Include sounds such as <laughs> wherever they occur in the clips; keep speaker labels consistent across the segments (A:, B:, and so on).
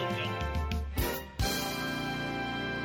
A: 影。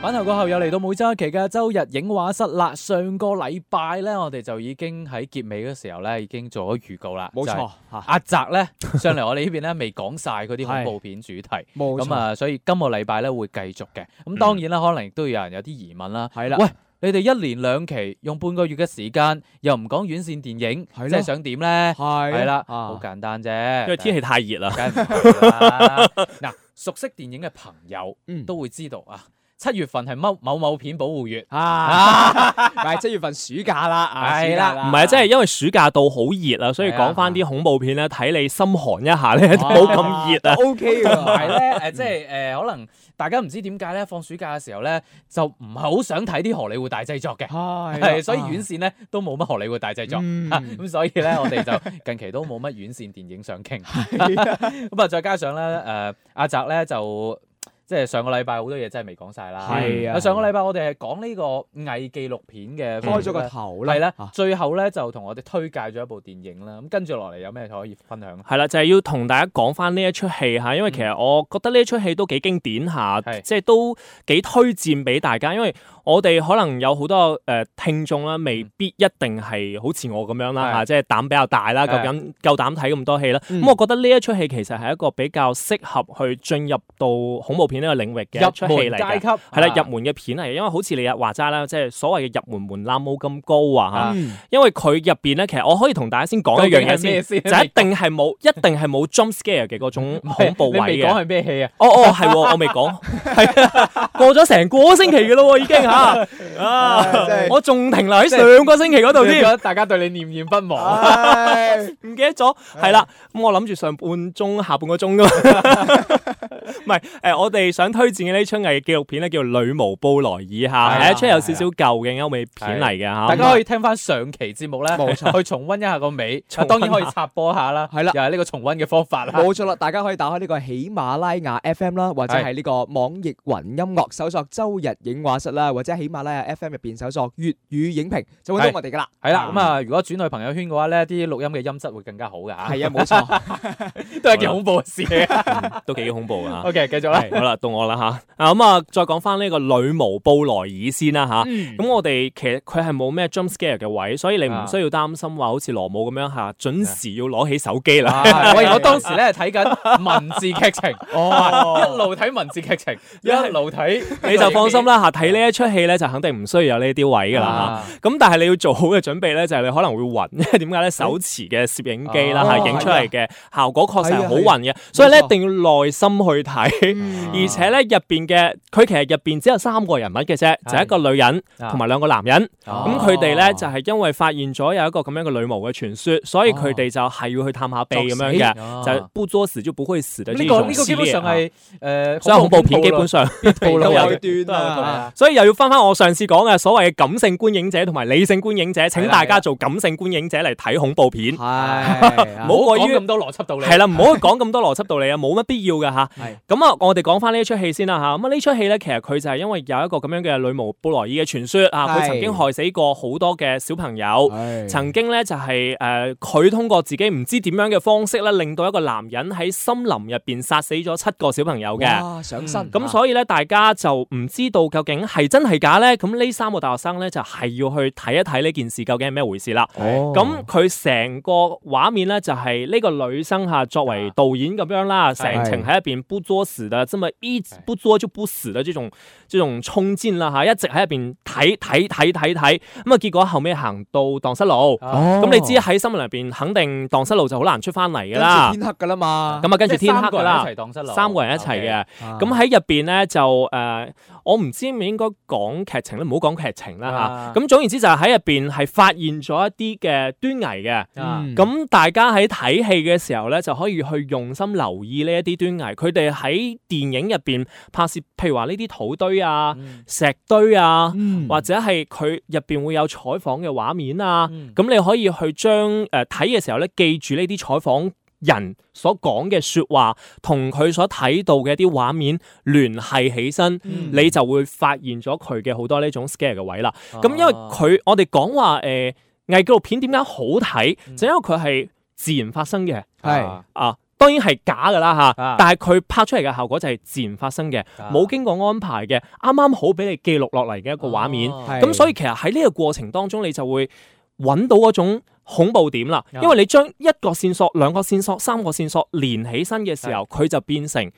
B: 反頭過後又嚟到每周一期嘅周日影畫室啦。上個禮拜咧，我哋就已經喺結尾嘅時候咧，已經做咗預告啦。
C: 冇
B: 就係
C: 錯嚇，
B: 阿澤咧上嚟我哋呢邊 <laughs> 咧未講晒嗰啲恐怖片主題，
C: 冇
B: 咁
C: 錯，
B: 啊，所以今個禮拜咧會繼續嘅。
C: 嗯
B: 咁當然啦，可能亦都有人有啲疑問啦。
C: 係啦
B: 喂，你哋一連兩期用半個月嘅時間，又唔講院線電影，
C: 係咯
B: 即係想點咧？
C: 係
B: 係啦，
C: 啊
B: 好 <laughs> 簡單啫。
D: 因為天氣太熱啦。
B: 梗係唔係
C: <laughs>
B: 啦嗱，熟悉電影嘅朋友
C: 嗯
B: 都會知道啊，七月份係某某某片保護月，
C: 啊， <laughs> 咪七月份暑假啦，啊
B: 係啦
C: 暑假
D: 唔係，即係因為暑假到好熱啊，所以
B: 係啊
D: 講翻啲恐怖片咧，睇你心寒一下咧，
C: 哦
D: 都冇咁熱啊。
C: ，O K
B: 同埋
C: 嘅，
B: 咧誒，即係誒，可能大家唔知點解咧，放暑假嘅時候咧，就唔係好想睇啲荷里活大製作嘅。
C: 係啦
B: 係，所以院
C: <laughs>
B: 線咧都冇乜荷里活大製作，
C: 嗯
B: 啊咁、所以咧我哋就近期都冇乜院線電影想傾，
C: Ừ.
B: 咁啊再加上咧誒、呃阿澤咧就即係上個禮拜好多嘢真係未講晒啦，
C: 係啊嗯
B: 上個禮拜我哋係講呢個偽紀錄片嘅
C: 開咗個頭啦，
B: 係啦
C: 啊，
B: 最後咧就同我哋推介咗一部電影啦，咁跟住落嚟有咩可以分享？啊
D: 係啦，就係、要同大家講翻呢一出戲嚇，因為其實我覺得呢一出戲都幾經典下
B: 係，
D: 即係都幾推薦俾大家，因為我哋可能有好多誒、呃、聽眾啦，未必一定係好似我咁樣啦
B: 係
D: 嚇，即係膽比較大啦，
B: 係
D: 夠膽夠膽睇咁多戲啦。咁、
C: 嗯
D: 我覺得呢一出戲其實係一個比較適合去進入到恐怖片呢個領域嘅一出
B: 入門
D: 戲嚟
B: 階
D: 嘅。
B: 級啊係
D: 係啦，入門嘅片嚟，因為好似你話齋啦，即係所謂嘅入門門檻冇咁高啊嚇。
B: 啊
C: 嗯
D: 因為佢入邊咧，其實我可以同大家先講一樣嘢先，
B: 先
D: 就
B: <laughs>
D: 一定係冇， <laughs> 一定係冇 jump scare 嘅嗰種恐怖位
B: 你未講
D: 嘅。
B: 係咩戲啊？
D: 哦哦，係喎，我未講，係啊，過咗成個星期嘅咯喎，已經吓
C: 唉真
D: 啊
C: 係，
D: 我仲停留喺上個星期嗰度
B: 你覺
D: 添，
B: 得大家對你念念不忘。啊
C: 唉
D: 唔記得咗，係啦，咁我諗住上半鐘、下半個鐘噶嘛，唔係誒，我哋想推薦嘅呢出藝紀錄片咧，叫《女巫布萊爾》
B: 係
D: 嚇，
B: 啊
D: 係一出有少少舊嘅歐美片嚟嘅嚇，
B: 大家可以聽翻上期節目咧，
C: 冇
B: <laughs>
C: 錯
B: 去重温一下個尾。啊
D: 重
B: 當
D: 溫
B: 然可以插播下啦，
C: 係啦
B: 又係呢個重温嘅方法啦。
C: 冇錯啦，大家可以打開呢個喜馬拉雅 FM 啦，或者係呢個網易雲音樂搜索周日影畫室啦，或者喜馬拉雅 FM 入邊搜索粵語影評，就揾到
B: 係
C: 我哋噶啦。
B: 係啦，咁啊，如果轉去朋友圈嘅話咧，啲錄音嘅音質會更加好噶嚇，
C: 係啊，冇錯，
B: 都係件恐怖嘅事嚟嘅。
D: 都幾恐
B: <laughs>
D: 怖啊！
B: OK，繼續啦。
D: 係好啦，到我啦吓，啊咁啊，再講翻呢個女巫布萊爾先啦吓。
C: 嗯
D: 咁我哋其實佢係冇咩 jump scare 嘅位，所以你唔需要擔心話好似羅姆咁樣吓，準時要攞起手機啦。 <laughs>
B: 啊喂，我當時咧睇緊文字劇情，
D: 哦
B: 一路睇文字劇情，一路睇，
D: 你就放心啦吓，睇呢一出戲咧就肯定唔需要有呢啲位噶啦
B: 啊。
D: 吓。咁但係你要做好嘅準備咧，就係你可能會暈， <laughs> 因為點解咧？手持嘅攝影機啦
B: 哦
D: 吓，影出嚟嘅效果確
C: 係
D: 實
C: 啊
D: 係好
C: 係啊
D: 暈嘅，所以咧
C: 冇錯
D: 一定要耐心去睇。
B: 嗯
D: 嗯而且咧入邊嘅佢其實入邊只有三個人物嘅啫，就係一個女人
B: 啊
D: 同埋兩個男人。
B: 啊
D: 咁佢哋咧就係因為發現咗有一個咁樣嘅女巫嘅傳說，所以
B: 哦
D: 佢哋就係要去探下秘咁樣
B: 啊
D: 嘅，就係不作死就不會死的
B: 呢個
D: 種
B: 呢個基本上
D: 系啊
B: 係呃誒，
D: 所有恐怖片基本上
B: 套路
D: 都有
B: 嚟嘅
C: 有段
B: 係
C: 啊
B: 啊。
D: 所以又要翻翻我上次講嘅所謂嘅感性觀影者同埋理性觀影者，請
B: 係啦
D: 大家做感性觀影者嚟睇恐怖片。
C: 係啊
B: 唔
D: 冇
B: 好
D: 過於
B: 講咁多邏輯道理。
D: 係啦，唔好講咁多邏輯道理啊，冇乜必要嘅吓。
C: 係
D: 咁啊，我哋講翻呢一出戲先啦吓。咁啊，呢出戲咧，其實佢就係因為有一個咁樣嘅女巫布萊爾嘅傳說啊，
C: 係
D: 佢曾經害死過好多嘅小朋友。
C: 係
D: 曾經咧就係誒佢通過自己唔知點樣嘅方式咧，令到一個男人喺森林入邊殺死咗七個小朋友嘅。嗯
C: 哇上身啊
D: 咁所以咧，大家就唔知道究竟係真係假咧。咁呢三個大學生咧，就係要去睇一睇呢件事究竟係咩回事啦。
C: 哦
D: 咁佢成個畫面咧，就係呢個女生嚇作為導演咁樣啦，成程喺入邊不作死的，這麼一直不作就不死的這種這種衝戰啦嚇，一直喺入邊睇睇睇睇睇，咁啊結果後尾行到蕩失路。
B: 啊
C: 哦
D: 咁你知喺森林入邊，肯定蕩失路就好難出翻嚟㗎啦。
C: 天黑噶啦嘛。
D: 咁啊，跟住
B: 即係
D: 天
B: 三
D: 黑
B: 個
D: 㗎
B: 人
D: 啦
B: 一齊，蕩失路，
D: 三個人一齊
B: OK。
D: 嘅。
C: 啊
D: 咁喺入邊咧就誒、呃我唔知應唔應該講劇情咧，唔好講劇情
B: 啊
D: 啦嚇。咁、總言之就係喺入邊係發現咗一啲嘅端倪嘅。
B: 啊
C: 嗯
D: 咁、大家喺睇戲嘅時候咧，就可以去用心留意呢一啲端倪。佢哋喺電影入邊拍攝，譬如話呢啲土堆啊、
B: 嗯
D: 石堆啊，
C: 嗯
D: 或者係佢入邊會有採訪嘅畫面啊。
B: 嗯
D: 呃咁你可以去將誒睇嘅時候咧，記住呢啲採訪人所講嘅説話同佢所睇到嘅一啲畫面聯繫起身，
B: 嗯
D: 你就會發現咗佢嘅好多呢種 scare 嘅位啦。咁因為
B: 啊
D: 佢我哋講話誒偽紀錄片點解好睇，
B: 嗯
D: 就因為佢係自然發生嘅
C: 係
D: 啊。當然係假㗎啦
B: 啊
D: 嚇，但係佢拍出嚟嘅效果就係自然發生嘅，
B: 啊
D: 冇經過安排嘅，啱啱好俾你記錄落嚟嘅一個畫面。
B: 哦
C: 係
D: 咁所以其實喺呢個過程當中，你就會揾到嗰種恐怖點啦。
C: 啊
D: 因為你將一個線索、兩個線索、三個線索連起身嘅時候，佢就變成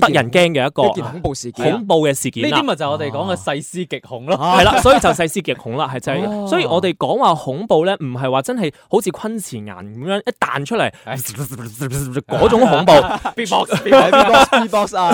D: 得人驚嘅一
C: 一件
D: 個
C: 恐怖事啊件。
D: 恐怖嘅事件
B: 呢啲
D: 啦。
B: 咪就係我哋講嘅細思極恐咯。
D: 係
C: 啊
D: 啦，所以就細思極恐啦，係就
B: 哦
D: 係。所以我哋講話恐怖咧，唔係話真係好似昆池岩咁樣一彈出嚟
B: 唉
D: 嗰種恐
C: <laughs>
D: 怖，
B: b box
C: 係 B-box B-box 啊，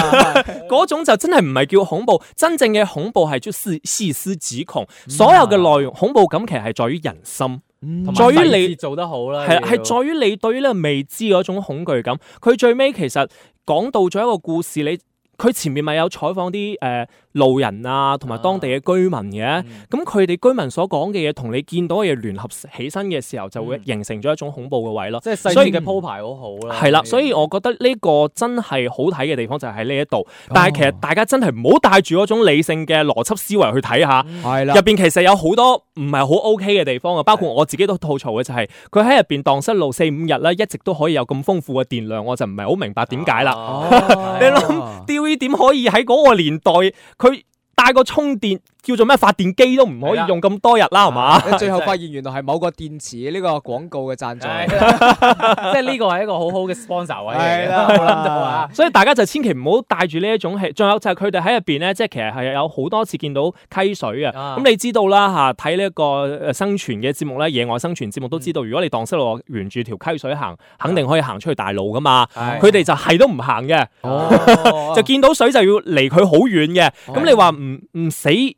D: <laughs> 嗰種就真係唔係叫恐怖。真正嘅恐怖係叫細細思極恐，所有嘅內容恐怖感其實係在於人心。
C: 嗯
D: 在於你
B: 做得好啦，
D: 係啊
B: 要
D: 係在於你對於呢個未知嗰種恐懼感。佢最尾其實講到咗一個故事，你佢前面咪有採訪啲誒、呃路人啊，同埋當地嘅居民嘅。
B: 嗯
D: 咁佢哋居民所講嘅嘢同你見到嘅嘢聯合起身嘅時候，就會
B: 嗯
D: 形成咗一種恐怖嘅位咯。
B: 即係細
D: 所
B: 節
D: 以
B: 嘅鋪排好好啦。
D: 係啦，所以我覺得呢個真係好睇嘅地方就係喺呢一度。但係
B: 哦
D: 其實大家真係唔好帶住嗰種理性嘅邏輯思維去睇下。
C: 係啦
D: 入。邊其實有好多唔係好 OK 嘅地方啊，包括我自己都吐槽嘅就係佢喺入邊蕩失路四五日啦，一直都可以有咁豐富嘅電量，我就唔係好明白點解啦。
B: 哦
D: <laughs> 你諗 DV 點可以喺嗰個年代佢帶個充電叫做咩發電機都唔可
B: 係啦啊
D: 以用咁多日啦，係嘛？
C: 你最後發現原來係某個電池呢個廣告嘅贊助嚟
B: 係
C: 嘅。
B: 啦 <laughs> 即係呢個係一個好好嘅 sponsor 位嚟
C: 係
B: 嘅，
C: 啦
B: 我諗到啊。
D: 所以大家就千祈唔好帶住呢一種氣，仲有就係佢哋喺入邊咧，即係其實係有好多次見到溪水啊。
B: 啊
D: 咁、你知道啦嚇，睇呢一個呃生存嘅節目咧，野外生存節目都知道，如果你蕩失路沿住條溪水行，肯定可以行出去大路噶嘛。
B: 係
D: 佢哋就係都唔行嘅，
B: 哦
D: 就見到水就要離佢好遠嘅。咁、
B: 哦
D: 你話唔唔死抵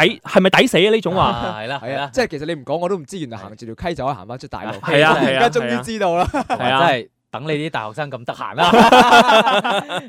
D: 係咪抵死啊？呢種話
B: 啊係啦係
C: 係
B: 啦
C: 啊，，即係其實你唔講我都唔知，原來行住條溪就可以行翻出大路。
D: 係啊係
C: 哦 <laughs>
D: 啊
C: 而家終於知道啦。
B: 同埋
D: 係啊
B: 真係等你啲大學生咁得閒啦。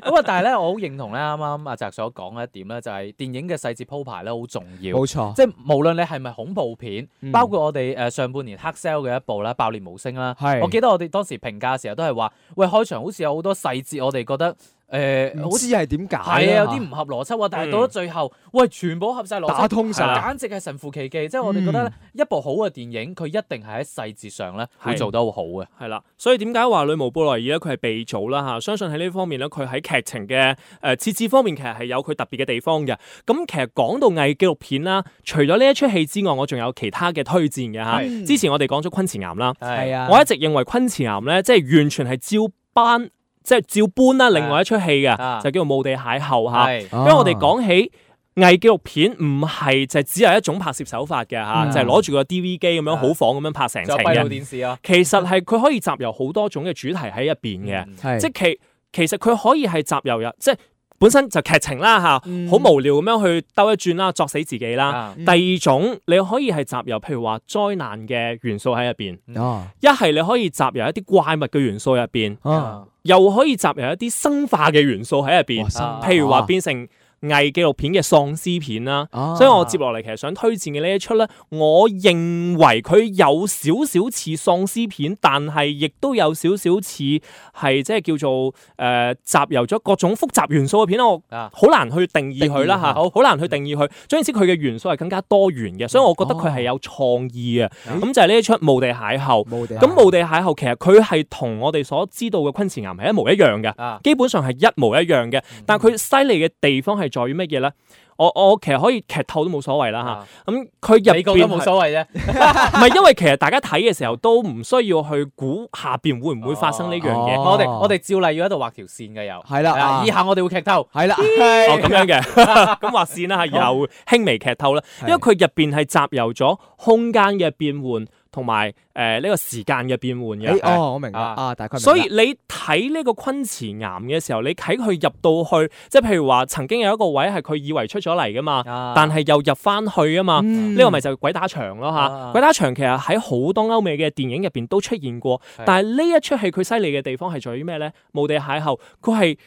D: <laughs>
B: 咁啊，但係咧，我好認同咧，啱啱阿澤所講嘅一點咧，就係電影嘅細節鋪排咧好重要。
C: 冇錯，
B: 即係無論你係咪恐怖片，
C: 嗯
B: 包括我哋誒上半年黑 sell 嘅一部啦，《爆裂無聲》啦，
C: 嗯係
B: 我記得我哋當時評價嘅時候都係話，喂開場好似有好多細節，我哋覺得誒
C: 唔
B: 好
C: 知
B: 似
C: 係點解
B: 係啊有啲唔合邏輯喎，啊但係到咗最後，喂全部合晒邏
C: 打
B: 輯。
C: 通
D: 係
C: 晒
D: 啦。
B: 簡嗯直係嗯神乎其技，即係我哋覺得咧一部好嘅電影，佢一定係喺細節上咧會
D: 係
B: 做得好好嘅。
D: 係啦，所以點解話女巫布萊爾咧佢係被組啦嚇？相信喺呢方面咧，佢喺劇情嘅誒設置方面其實係有佢特別嘅地方嘅。咁其實講到偽紀錄片啦，除咗呢一出戲之外，我仲有其他嘅推薦嘅嚇。
C: 係
D: 之前我哋講咗昆池岩啦，
C: 嗯係啊，
D: 我一直認為昆池岩咧，即係完全係照搬，即係照搬啦。另外一出戲
B: 啊
D: 嘅就叫做《墓地邂逅》嚇。
B: 係
C: 啊
D: 因為我
C: 哦
D: 哋講起偽紀錄片，唔係就係只係一種拍攝手法嘅嚇，
B: 嗯
D: 就係攞住個 DV 機咁樣
B: 啊
D: 好仿咁樣拍成程
B: 仲有閉
D: 嘅
B: 路。電視啊，
D: 其實係佢可以集由好多種嘅主題喺入邊嘅，
B: 嗯
C: 係
D: 即係其其實佢可以係集由入，即係本身就劇情啦吓，
C: 嗯
D: 好無聊咁樣去兜一轉啦，作死自己啦。
B: 啊
C: 嗯
D: 第二種你可以係集由譬如話災難嘅元素喺入邊，
C: 啊
D: 一係你可以集由一啲怪物嘅元素入邊，
B: Ờ.
C: 啊，
D: 又可以集由一啲生化嘅元素喺入邊
C: 哇，生
B: 化
D: 譬如話變成偽紀錄片嘅喪屍片啦。
C: 啊
D: 所以我接落嚟其實想推薦嘅呢一出咧，我認為佢有少少似喪屍片，但係亦都有少少似係即係叫做誒、呃集由咗各種複雜元素嘅片啦。我
B: 啊
D: 好難去定義佢
C: 定
D: 啦
C: 義
D: 嚇，
C: 佢啊
D: 好好難去定義佢。總言之，佢嘅元素係更加多元嘅，所以我覺得佢係有創意嘅。
C: 哦
D: 咁就係呢一出《墓地邂逅》。
C: 冇地
D: 咁《墓地邂逅》其實佢係同我哋所知道嘅昆池岩係一模一樣嘅。
B: 啊，嗯
D: 基本上係一模一樣嘅，但佢犀利嘅地方係在於乜嘢咧？我我其實可以劇透都冇所謂啦
B: 啊
D: 吓，咁佢
B: 你
D: 入
B: 覺得
D: 邊
B: 冇
D: 係
B: 所謂啫，
D: 唔係因為其實大家睇嘅時候都唔需要去估下邊會唔會發生呢樣嘢，
B: 我
C: 哦
B: 哋我哋照例要喺度畫條線嘅又
C: 係啦
B: 係啊
C: 啊
B: 以下我哋會劇透，
C: 係啦，
D: 哦
C: 係
D: 咁樣嘅，咁劃線啦嚇，又輕微劇透啦，因為佢入邊係集由咗空間嘅變換同埋誒呢個時間嘅變換嘅。
C: 誒哦，我明啦
B: 啊
C: 啊，大概明啦
D: 所以你睇呢個昆池岩嘅時候，你睇佢入到去，即係譬如話曾經有一個位係佢以為出咗嚟噶嘛，但
B: 但
D: 係又入翻去啊嘛。
C: 嗯
D: 呢個咪就係鬼打牆咯
B: 啊
D: 嚇，鬼打牆其實喺好多歐美嘅電影入邊都出現過
B: 係，
D: 但係呢一出戲佢犀利嘅地方係在於咩咧？墓地邂逅佢係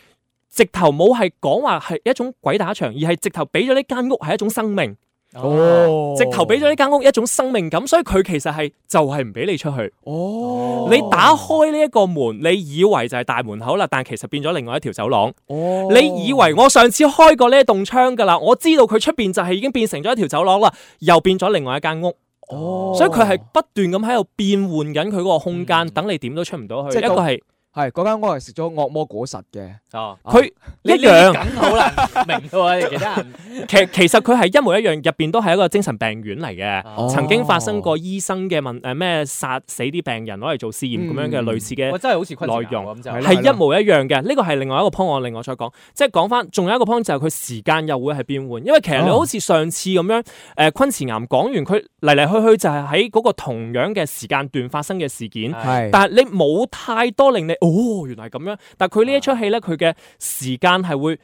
D: 直頭冇係講話係一種鬼打牆，而係直頭俾咗呢間屋係一種生命，
B: Ờ.
C: 哦，
D: 直頭俾咗呢間屋一種生命感，所以佢其實係就係唔俾你出去。
C: 哦，
D: 你打開呢一個門，你以為就係大門口啦，但其實變咗另外一條走廊。
C: 哦，
D: 你以為我上次開過呢一棟窗㗎啦，我知道佢出邊就係已經變成咗一條走廊啦，又變咗另外一間屋，
C: 哦，
D: 所以佢係不斷咁喺度變換緊佢嗰個空間，
B: 嗯
D: 等你點都出唔到去。
C: 即
D: 一
C: 係
D: 個係
C: 係嗰間屋係食咗惡魔果實嘅，
B: 哦，
D: 佢一
B: 呢呢
D: 樣。
B: 梗好難明喎，其他人
D: 其其實佢係一模一樣，入邊都係一個精神病院嚟嘅。
C: 哦
D: 曾經發生過醫生嘅問誒呃咩殺死啲病人攞嚟做試驗咁樣嘅
C: 嗯
D: 類似嘅
B: 我真係好似昆蟲
D: 內容
B: 咁就
C: 係咯
D: 係一模一樣嘅，呢個係另外一個 point，我另外再講。即係講翻，仲有一個 point 就係佢時間又會係變換，因為其實你
C: 哦
D: 好似上次咁樣，誒、呃昆池岩講完，佢嚟嚟去去就係喺嗰個同樣嘅時間段發生嘅事件，
B: 係
C: 係，
D: 但係你冇太多令你哦，原來係咁樣。但係佢呢一出戲咧，佢嘅時間係會。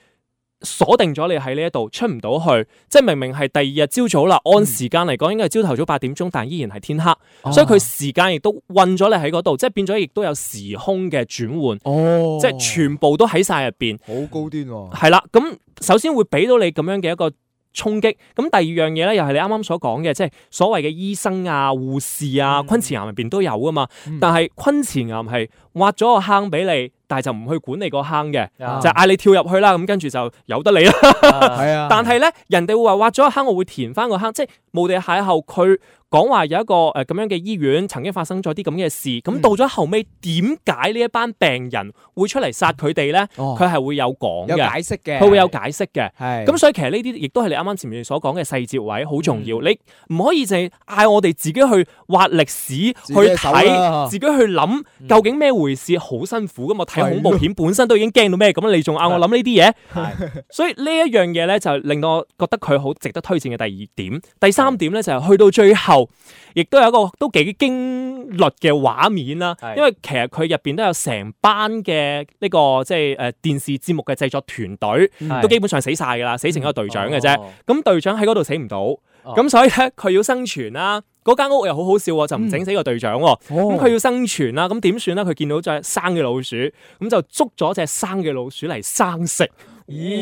D: 鎖定咗你喺呢一度出唔到去，即係明明係第二日朝早啦，按時間嚟講應該係朝頭早八點鐘，但依然係天黑，
C: Ờ. 嗯
D: 所以佢時間亦都混咗你喺嗰度，即係變咗亦都有時空嘅轉換。
C: 哦，
D: 即係全部都喺晒入邊，
C: 好高端喎，
D: 係啦。咁首先會俾到你咁樣嘅一個衝擊。咁第二樣嘢咧，又係你啱啱所講嘅，即係所謂嘅醫生啊、護士啊、
B: 嗯
D: 昆池岩入邊都有噶嘛。
C: 嗯
D: 但係昆池岩係挖咗個坑俾你，但係就唔去管理個坑嘅，
B: 啊
D: 就嗌你跳入去啦。咁跟住就由得你啦。
B: 啊
C: 係啊，
D: 但係咧，人哋會話挖咗個坑，我會填翻個坑，即係無地邂逅。佢講話有一個誒咁樣嘅醫院曾經發生咗啲咁嘅事。咁
C: 嗯
D: 到咗後尾，點解呢一班病人會出嚟殺佢哋咧？
C: 哦
D: 佢係會有講
C: 有
D: 嘅，
C: 解釋嘅，
D: 佢會有解釋嘅。
C: 係，
D: 咁所以其實呢啲亦都係你啱啱前面所講嘅細節位好重
C: 嗯
D: 要，你唔可以淨係嗌我哋自己去挖歷史
C: 自
D: 去
C: 己手啦
D: 睇，自己去諗
B: 嗯
D: 究竟咩回事，好辛苦噶嘛！睇恐怖
C: 係
D: 片本身都已經驚到咩咁，你仲嗌我諗呢啲嘢，
B: 係
D: 所以呢一樣嘢咧就令到我覺得佢好值得推薦嘅第二點。第三點咧就係去到最後，亦都有一個都幾驚慄嘅畫面啦
B: 係。
D: 因為其實佢入邊都有成班嘅呢個即係誒電視節目嘅製作團隊。
B: 係
D: 都基本上死晒㗎啦，死成一個隊長嘅啫。
B: 哦
D: 咁隊長喺嗰度死唔到，咁所以咧佢要生存啦。嗰間屋又好好笑喎，就
B: 嗯
D: 唔整死個隊長喎。咁
C: 咁
D: 佢要生存啊啦，咁點算咧？佢見到隻生嘅老鼠，咁就捉咗隻生嘅老鼠嚟生食。
B: 哦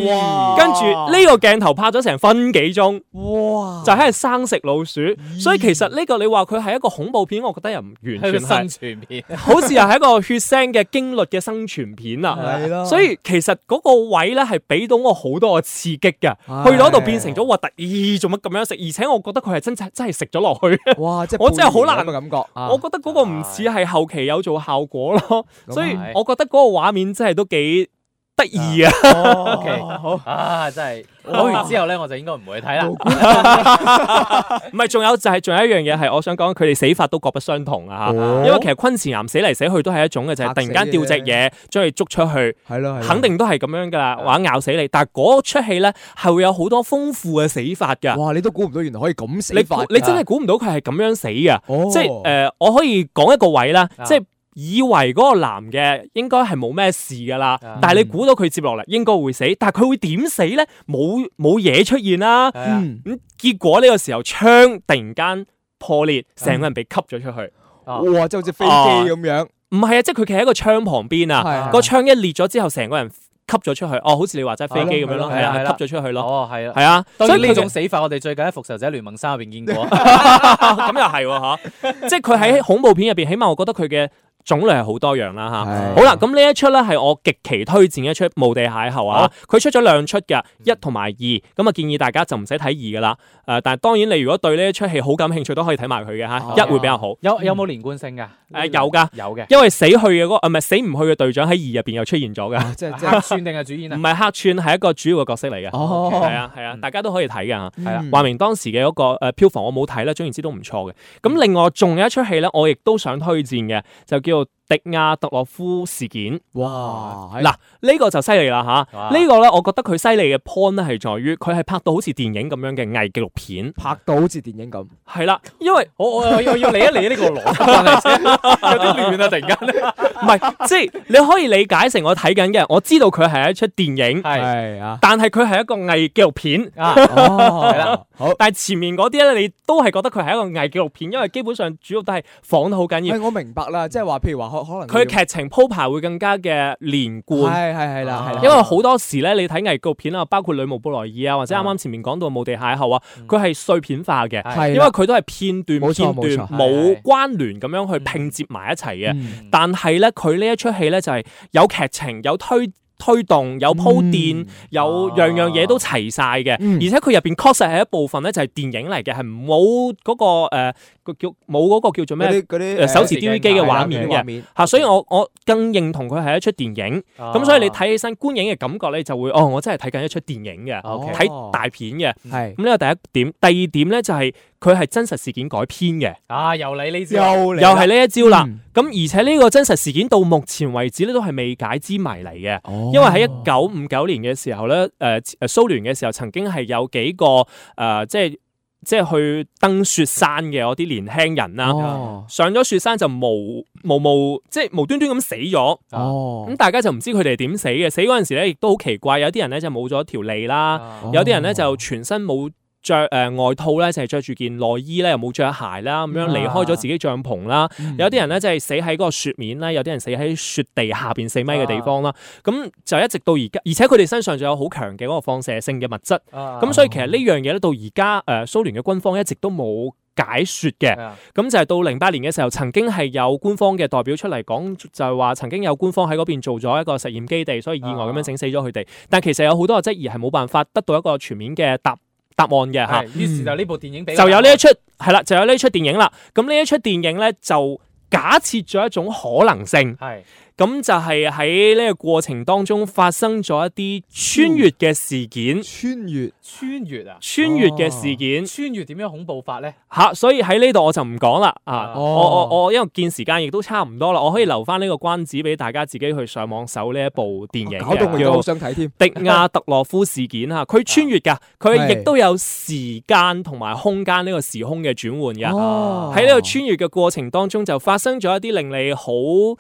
C: 哇
D: 跟住呢個鏡頭拍咗成分幾鐘，
C: 哇，
D: 就喺度生食老鼠。所以其實呢個你話佢係一個恐怖片，我覺得又唔完
B: 係個
D: 全
B: 生
D: 係，
B: 存片，
D: 好似又係一個血腥嘅驚慄嘅生存片啊。
C: 係咯，
D: 所以其實嗰個位咧係俾到我好多個刺激嘅，
C: 唉
D: 去到嗰度變成咗核突，咦做乜咁樣食？而且我覺得佢係真真真係食咗落去，
C: 哇，即係
D: 我真係好
C: 半年
D: 難
C: 咁嘅感啊覺啊，
D: <laughs> 我覺得嗰個唔似係後期有做效果咯，
C: 咁
D: 所以
B: 係
D: 我覺得嗰個畫面真係都幾得意啊！
C: 哦
B: OK
C: 好，
B: 啊真係講完之後咧，我就應該唔會去睇啦。
C: 啊
D: <laughs> 唔係，仲有就係仲有一樣嘢係我想講，佢哋死法都各不相同啊！
C: 因
D: 因為其實昆池岩死嚟死去都係一種嘅，就係突然間掉隻嘢將你捉出去，
C: 啊係咯，係咯啊
D: 肯定都係咁樣噶啦，或者咬死你。但係嗰出戲咧係會有好多豐富嘅死法㗎。
C: 哇！你都估唔到，原來可以咁死
D: 你
C: 法
D: 估你真係估唔到佢係咁樣死嘅，
C: 哦
D: 即係誒、呃我可以講一個位啦，
B: 啊
D: 即係以為嗰個男嘅應該係冇咩事噶啦，
B: 啊
D: 但係你估到佢接落嚟應該會死，但係佢會點死咧？冇冇嘢出現啦，
B: 係啊
C: 嗯
D: 咁結果呢個時候槍突然間破裂，成個人被吸咗出去，
B: 哦
C: 哇，即係好似飛機咁樣，
D: 唔係啊，即係佢企喺個窗旁邊啊，
C: 係
D: 個槍一裂咗之後，成個人吸咗出去，哦，好似你話齋飛機咁樣
B: 係
D: 咯，係
B: 啦
D: 啊，
B: 係啦
D: 吸咗出去咯，
B: 哦係啊。
D: 係啊，
B: 當
D: 所
B: 然
D: 以
B: 呢
D: 佢
B: 種死法，我哋最近喺《復仇者聯盟三》入邊見過。
D: 啊咁又係喎嚇，即係佢喺恐怖片入邊，起碼我覺得佢嘅種類係好多樣啦嚇。
C: 係
D: 啊好啦，咁呢一出咧係我極其推薦一出《無地邂逅》啊！佢出咗兩出嘅，一同埋二，咁啊建議大家就唔使睇二噶啦。誒、呃但係當然你如果對呢一出戲好感興趣，都可以睇埋佢嘅嚇
C: 哦，
D: 一會比較好。
B: 有有冇連貫性㗎？
D: 誒有㗎
B: 有
D: <laughs>
B: 嘅。
D: 因為死去嘅嗰、個，啊唔係死唔去嘅隊長喺二入邊又出
B: <laughs>
D: 現咗嘅，
C: 啊即係即係
B: 客串定係主演
D: 唔
B: 啊？
D: 係客串，係一個主要嘅角色嚟嘅。
C: 哦
D: 係，啊係啊
B: 嗯，
D: 大家都可以睇嘅嚇。
B: 係啦
C: 嗯
D: 話明當時嘅嗰個呃票房我冇睇啦，總言之都唔錯嘅。
B: 嗯
D: 咁另外仲有一出戲咧，我亦都想推薦嘅，就叫做《迪亞特洛夫事件》。
C: 哇！
D: 嗱呢個就犀利啦吓，
B: 哇
D: 呢個咧我覺得佢犀利嘅 point 咧係在於佢係拍到好似電影咁樣嘅偽紀錄片，
C: 拍到好似電影咁，
D: 係啦，因為
B: <laughs> 我我我我要理一理呢個邏輯關係啊先，有啲亂啊！突然間咧，
D: <laughs> 唔係即係你可以理解成我睇緊嘅，我知道佢係一出
B: <laughs>
D: 電影，
B: 係
C: 係啊，
D: 但係佢係一個偽紀錄片。
B: 啊，
C: 哦，
B: 係啦，
C: 好。
D: 但係前面嗰啲咧，你都係覺得佢係一個偽紀錄片，因為基本上主要都係仿得好緊要
C: 係。我明白啦，即係話譬如話可可可能
D: 佢劇情鋪排會更加嘅連貫。
C: 係係係啦啊係啦，
D: 因為好多時咧，你睇藝局片啊，包括《女巫布萊爾》啊，或者啱啱前面講到《墓地邂逅》啊，
B: 嗯
D: 佢係碎片化嘅，
B: 係
C: 係
D: 因為佢都係片段
C: 冇錯
D: 片
C: 冇錯
D: 段
B: 係
D: 冇
B: 係
D: 關聯咁樣
B: 嗯
D: 去拼接埋一齊嘅。
C: 嘅
D: 但係咧，佢呢一出戲咧就係有劇情、有推推動、有鋪墊、有樣樣嘢都齊晒嘅。
C: 嗯
D: 而且佢入邊確實係一部分咧，就係電影嚟嘅，係冇嗰個誒個叫冇嗰個叫做咩
C: 嗰啲嗰啲
D: 誒手持
B: 持
D: DV
B: 鏡
D: 機嘅
B: 頭
D: 畫
B: 係
D: 面
B: 啦
D: 嘅。嚇，所以我我更認同佢係一出電影，
B: 哦
D: 咁所以你睇起身觀影嘅感覺咧就會，哦，我真係睇緊一出電影
C: 哦
D: 嘅，
B: OK
D: 睇大片嘅。
C: 係
D: 咁呢個第一點，第二點咧就係佢係真實事件改編嘅，
B: 啊，又嚟呢招，
C: 又
D: 又係呢一招啦。
C: 嗯
D: 咁而且呢個真實事件到目前為止咧都係未解之謎嚟嘅，
C: 哦
D: 因為喺一九五九年嘅時候呃咧，誒誒蘇聯嘅時候曾經係有幾個誒、呃即係即係去登雪山嘅嗰啲年輕人啦，
C: 哦
D: 上咗雪山就無無無即係無端端咁死咗。
C: 哦
D: 咁大家就唔知佢哋點死嘅，死嗰陣時咧亦都好奇怪，有啲人咧就冇咗條脷啦，
C: 哦
D: 有啲人咧就全身冇着誒、呃外套咧，就係着住件內衣咧，又冇着鞋啦，咁樣
C: 嗯
D: 離開咗自己帳篷啦。有啲人咧就係死喺嗰個雪面啦，有啲人死喺雪地下邊四米嘅地方啦。咁、就一直到而家，而且佢哋身上仲有好強嘅嗰個放射性嘅物質。咁、
B: 咁
D: 所以其實呢樣嘢咧，到而家誒蘇聯嘅軍方一直都冇解説嘅。咁就係到零八年嘅時候，曾經係有官方嘅代表出嚟講，就係話曾經有官方喺嗰邊做咗一個實驗基地，所以意外咁樣整死咗佢哋。但其實有好多嘅質疑係冇辦法得到一個全面嘅答答案嘅嚇。
B: 係，於是就呢部電影俾
D: 就有呢一出係啦，就有呢一出電影啦。咁呢一出電影咧就假設咗一種可能性，
B: 係
D: 咁就係喺呢個過程當中發生咗一啲穿越嘅事件。
C: 穿越
B: 穿越啊，
D: 穿越嘅事件嚇、
B: 穿越點樣恐怖法咧？
D: 所以喺呢度我就唔講啦啊！
B: 哦
D: 我我我因為見時間亦都差唔多啦，我可以留翻呢個關子俾大家自己去上網搜呢一部電影
C: 搞到
D: 嘅，
C: 我都好
D: 叫《
C: 想睇添。
D: 迪亞特洛夫事件》嚇，佢穿越㗎，
C: <laughs>
D: 佢亦都有時間同埋空間呢個時空嘅轉換㗎。
C: 哦
B: 啊
D: 喺呢個穿越嘅過程當中，就發生咗一啲令你好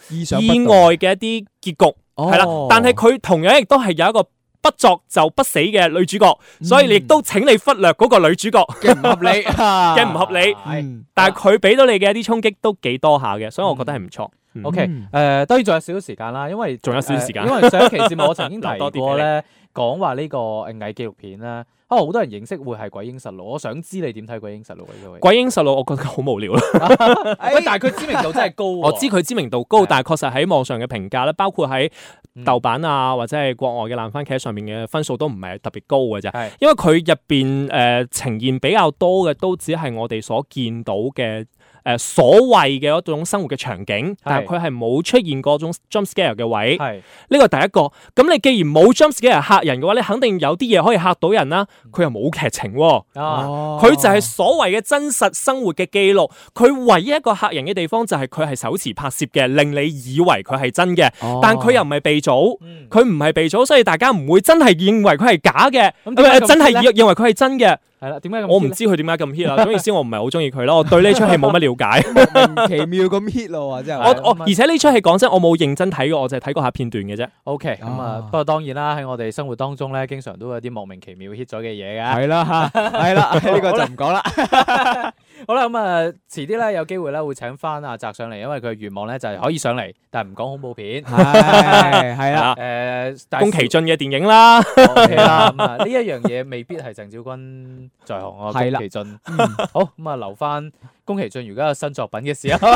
C: 意想不到
D: 意外嘅一啲結局，係啦、
C: 哦
D: 但係佢同樣亦都係有一個不作就不死嘅女主角，
C: 嗯
D: 所以你亦都請你忽略嗰個女主角。
C: 嘅唔合
D: <laughs>
C: 理
D: 嘅
C: 嘅
D: 唔合理
B: 係
D: 嗯但係佢俾到你嘅一啲衝擊都幾多下嘅，所以我覺得係唔錯。嗯
B: OK，誒、當然仲有少少時間啦，因為呃
D: 仲有少少時間
B: 誒因為上一期節目我
D: <laughs>
B: 曾經
D: 留多
B: 提
D: 啲俾
B: 過咧，講話呢個誒偽紀錄片咧，可能好多人認識會係《鬼影實錄》，我想知你點睇《鬼影實錄》嘅啊呢位。
D: 鬼影實錄我覺得好無聊啦，
B: 喂，但係佢知名度真係高啊喎。
D: <laughs> 我知佢知名度高，
B: 係
D: 但係確實喺網上嘅評價咧，包括喺
B: 嗯
D: 豆瓣啊或者係國外嘅爛番茄上面嘅分數都唔係特別高嘅啫。
B: 係
D: 因為佢入邊誒呈現比較多嘅都只係我哋所見到嘅誒、呃所謂嘅一種生活嘅場景，但係佢係冇出現過種 jump scare 嘅位。
B: 係
D: 呢個第一個。咁你既然冇 jump scare 嚇人嘅話，你肯定有啲嘢可以嚇到人啦。佢又冇劇情喎、
B: 啊，
C: 佢
D: 佢就係所謂嘅真實生活嘅記錄，佢唯一一個嚇人嘅地方就係佢係手持拍攝嘅，令你以為佢係
B: 哦
D: 真嘅，但佢又唔係被組，
B: 嗯
D: 佢唔係被組，所以大家唔會真係認為佢係假嘅，
B: 咁點解咁
D: 呃真係
B: hit 呢
D: 認認為佢係真嘅。
B: 係啦，點解咁
D: 我唔
B: 知
D: 知佢點解咁
B: <laughs>
D: hit 啦，總言之我唔係好中意佢啦，我對呢出戲冇乜了解。
C: 莫名其妙咁 hit 咯喎，真
B: 啊
D: 我
C: 係。
D: 我而且呢出戲講真，我冇認真睇過，我就係睇過下片段嘅啫。
B: ？OK，咁啊，
C: 啊
B: 不過當然啦，喺我哋生活當中咧，經常都有啲莫名其妙 hit 咗嘅嘢啊嘅。
C: 係
D: <laughs>
C: 啦吓，係啦，呢個就唔講啦。
B: 好啦，咁啊，遲啲咧有機會咧會請翻阿澤上嚟，因為佢嘅願望咧就係可以上嚟，但係唔講恐怖片。
C: 係係啦，
D: 啊
B: 誒，但係
D: 宮崎駿嘅電影
B: <laughs>
D: 啦，
B: O K 啦，咁啊呢一樣嘢未必係鄭少君在行啊，
C: 係
B: 宮
C: 啦
B: 崎駿。好咁啊，留翻宮崎駿而家有新作品嘅時候，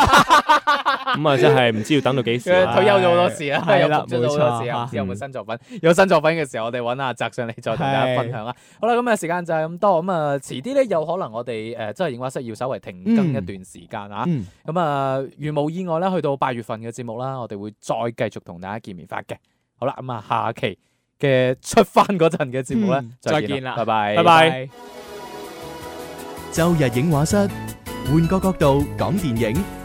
D: 咁啊真係唔知要等到幾時
B: 佢
D: 啦
B: 退。休咗好多時啊，
C: 係
B: 又
C: 啦
B: 復出咗好多時啊，唔知有冇
D: 嗯
B: 新作品？有新作品嘅時候，我哋揾阿澤上嚟再同大家分享啦。好啦，咁啊時間就係咁多，咁啊遲啲咧有可能我哋誒即係映畫室要稍微停更一
C: 嗯
B: 段時間啊。
C: 嗯，
B: 咁啊，如無意外咧，去到八月份嘅節目啦，我哋會再繼續同大家見面發嘅。好啦，咁啊，下期嘅出翻嗰陣嘅節目咧，
C: 嗯
B: 再
C: 再
B: 見
C: 見
B: 啦，
C: 啦
B: 拜拜，
D: 拜拜。
A: 周日影畫室，換個角度講電影。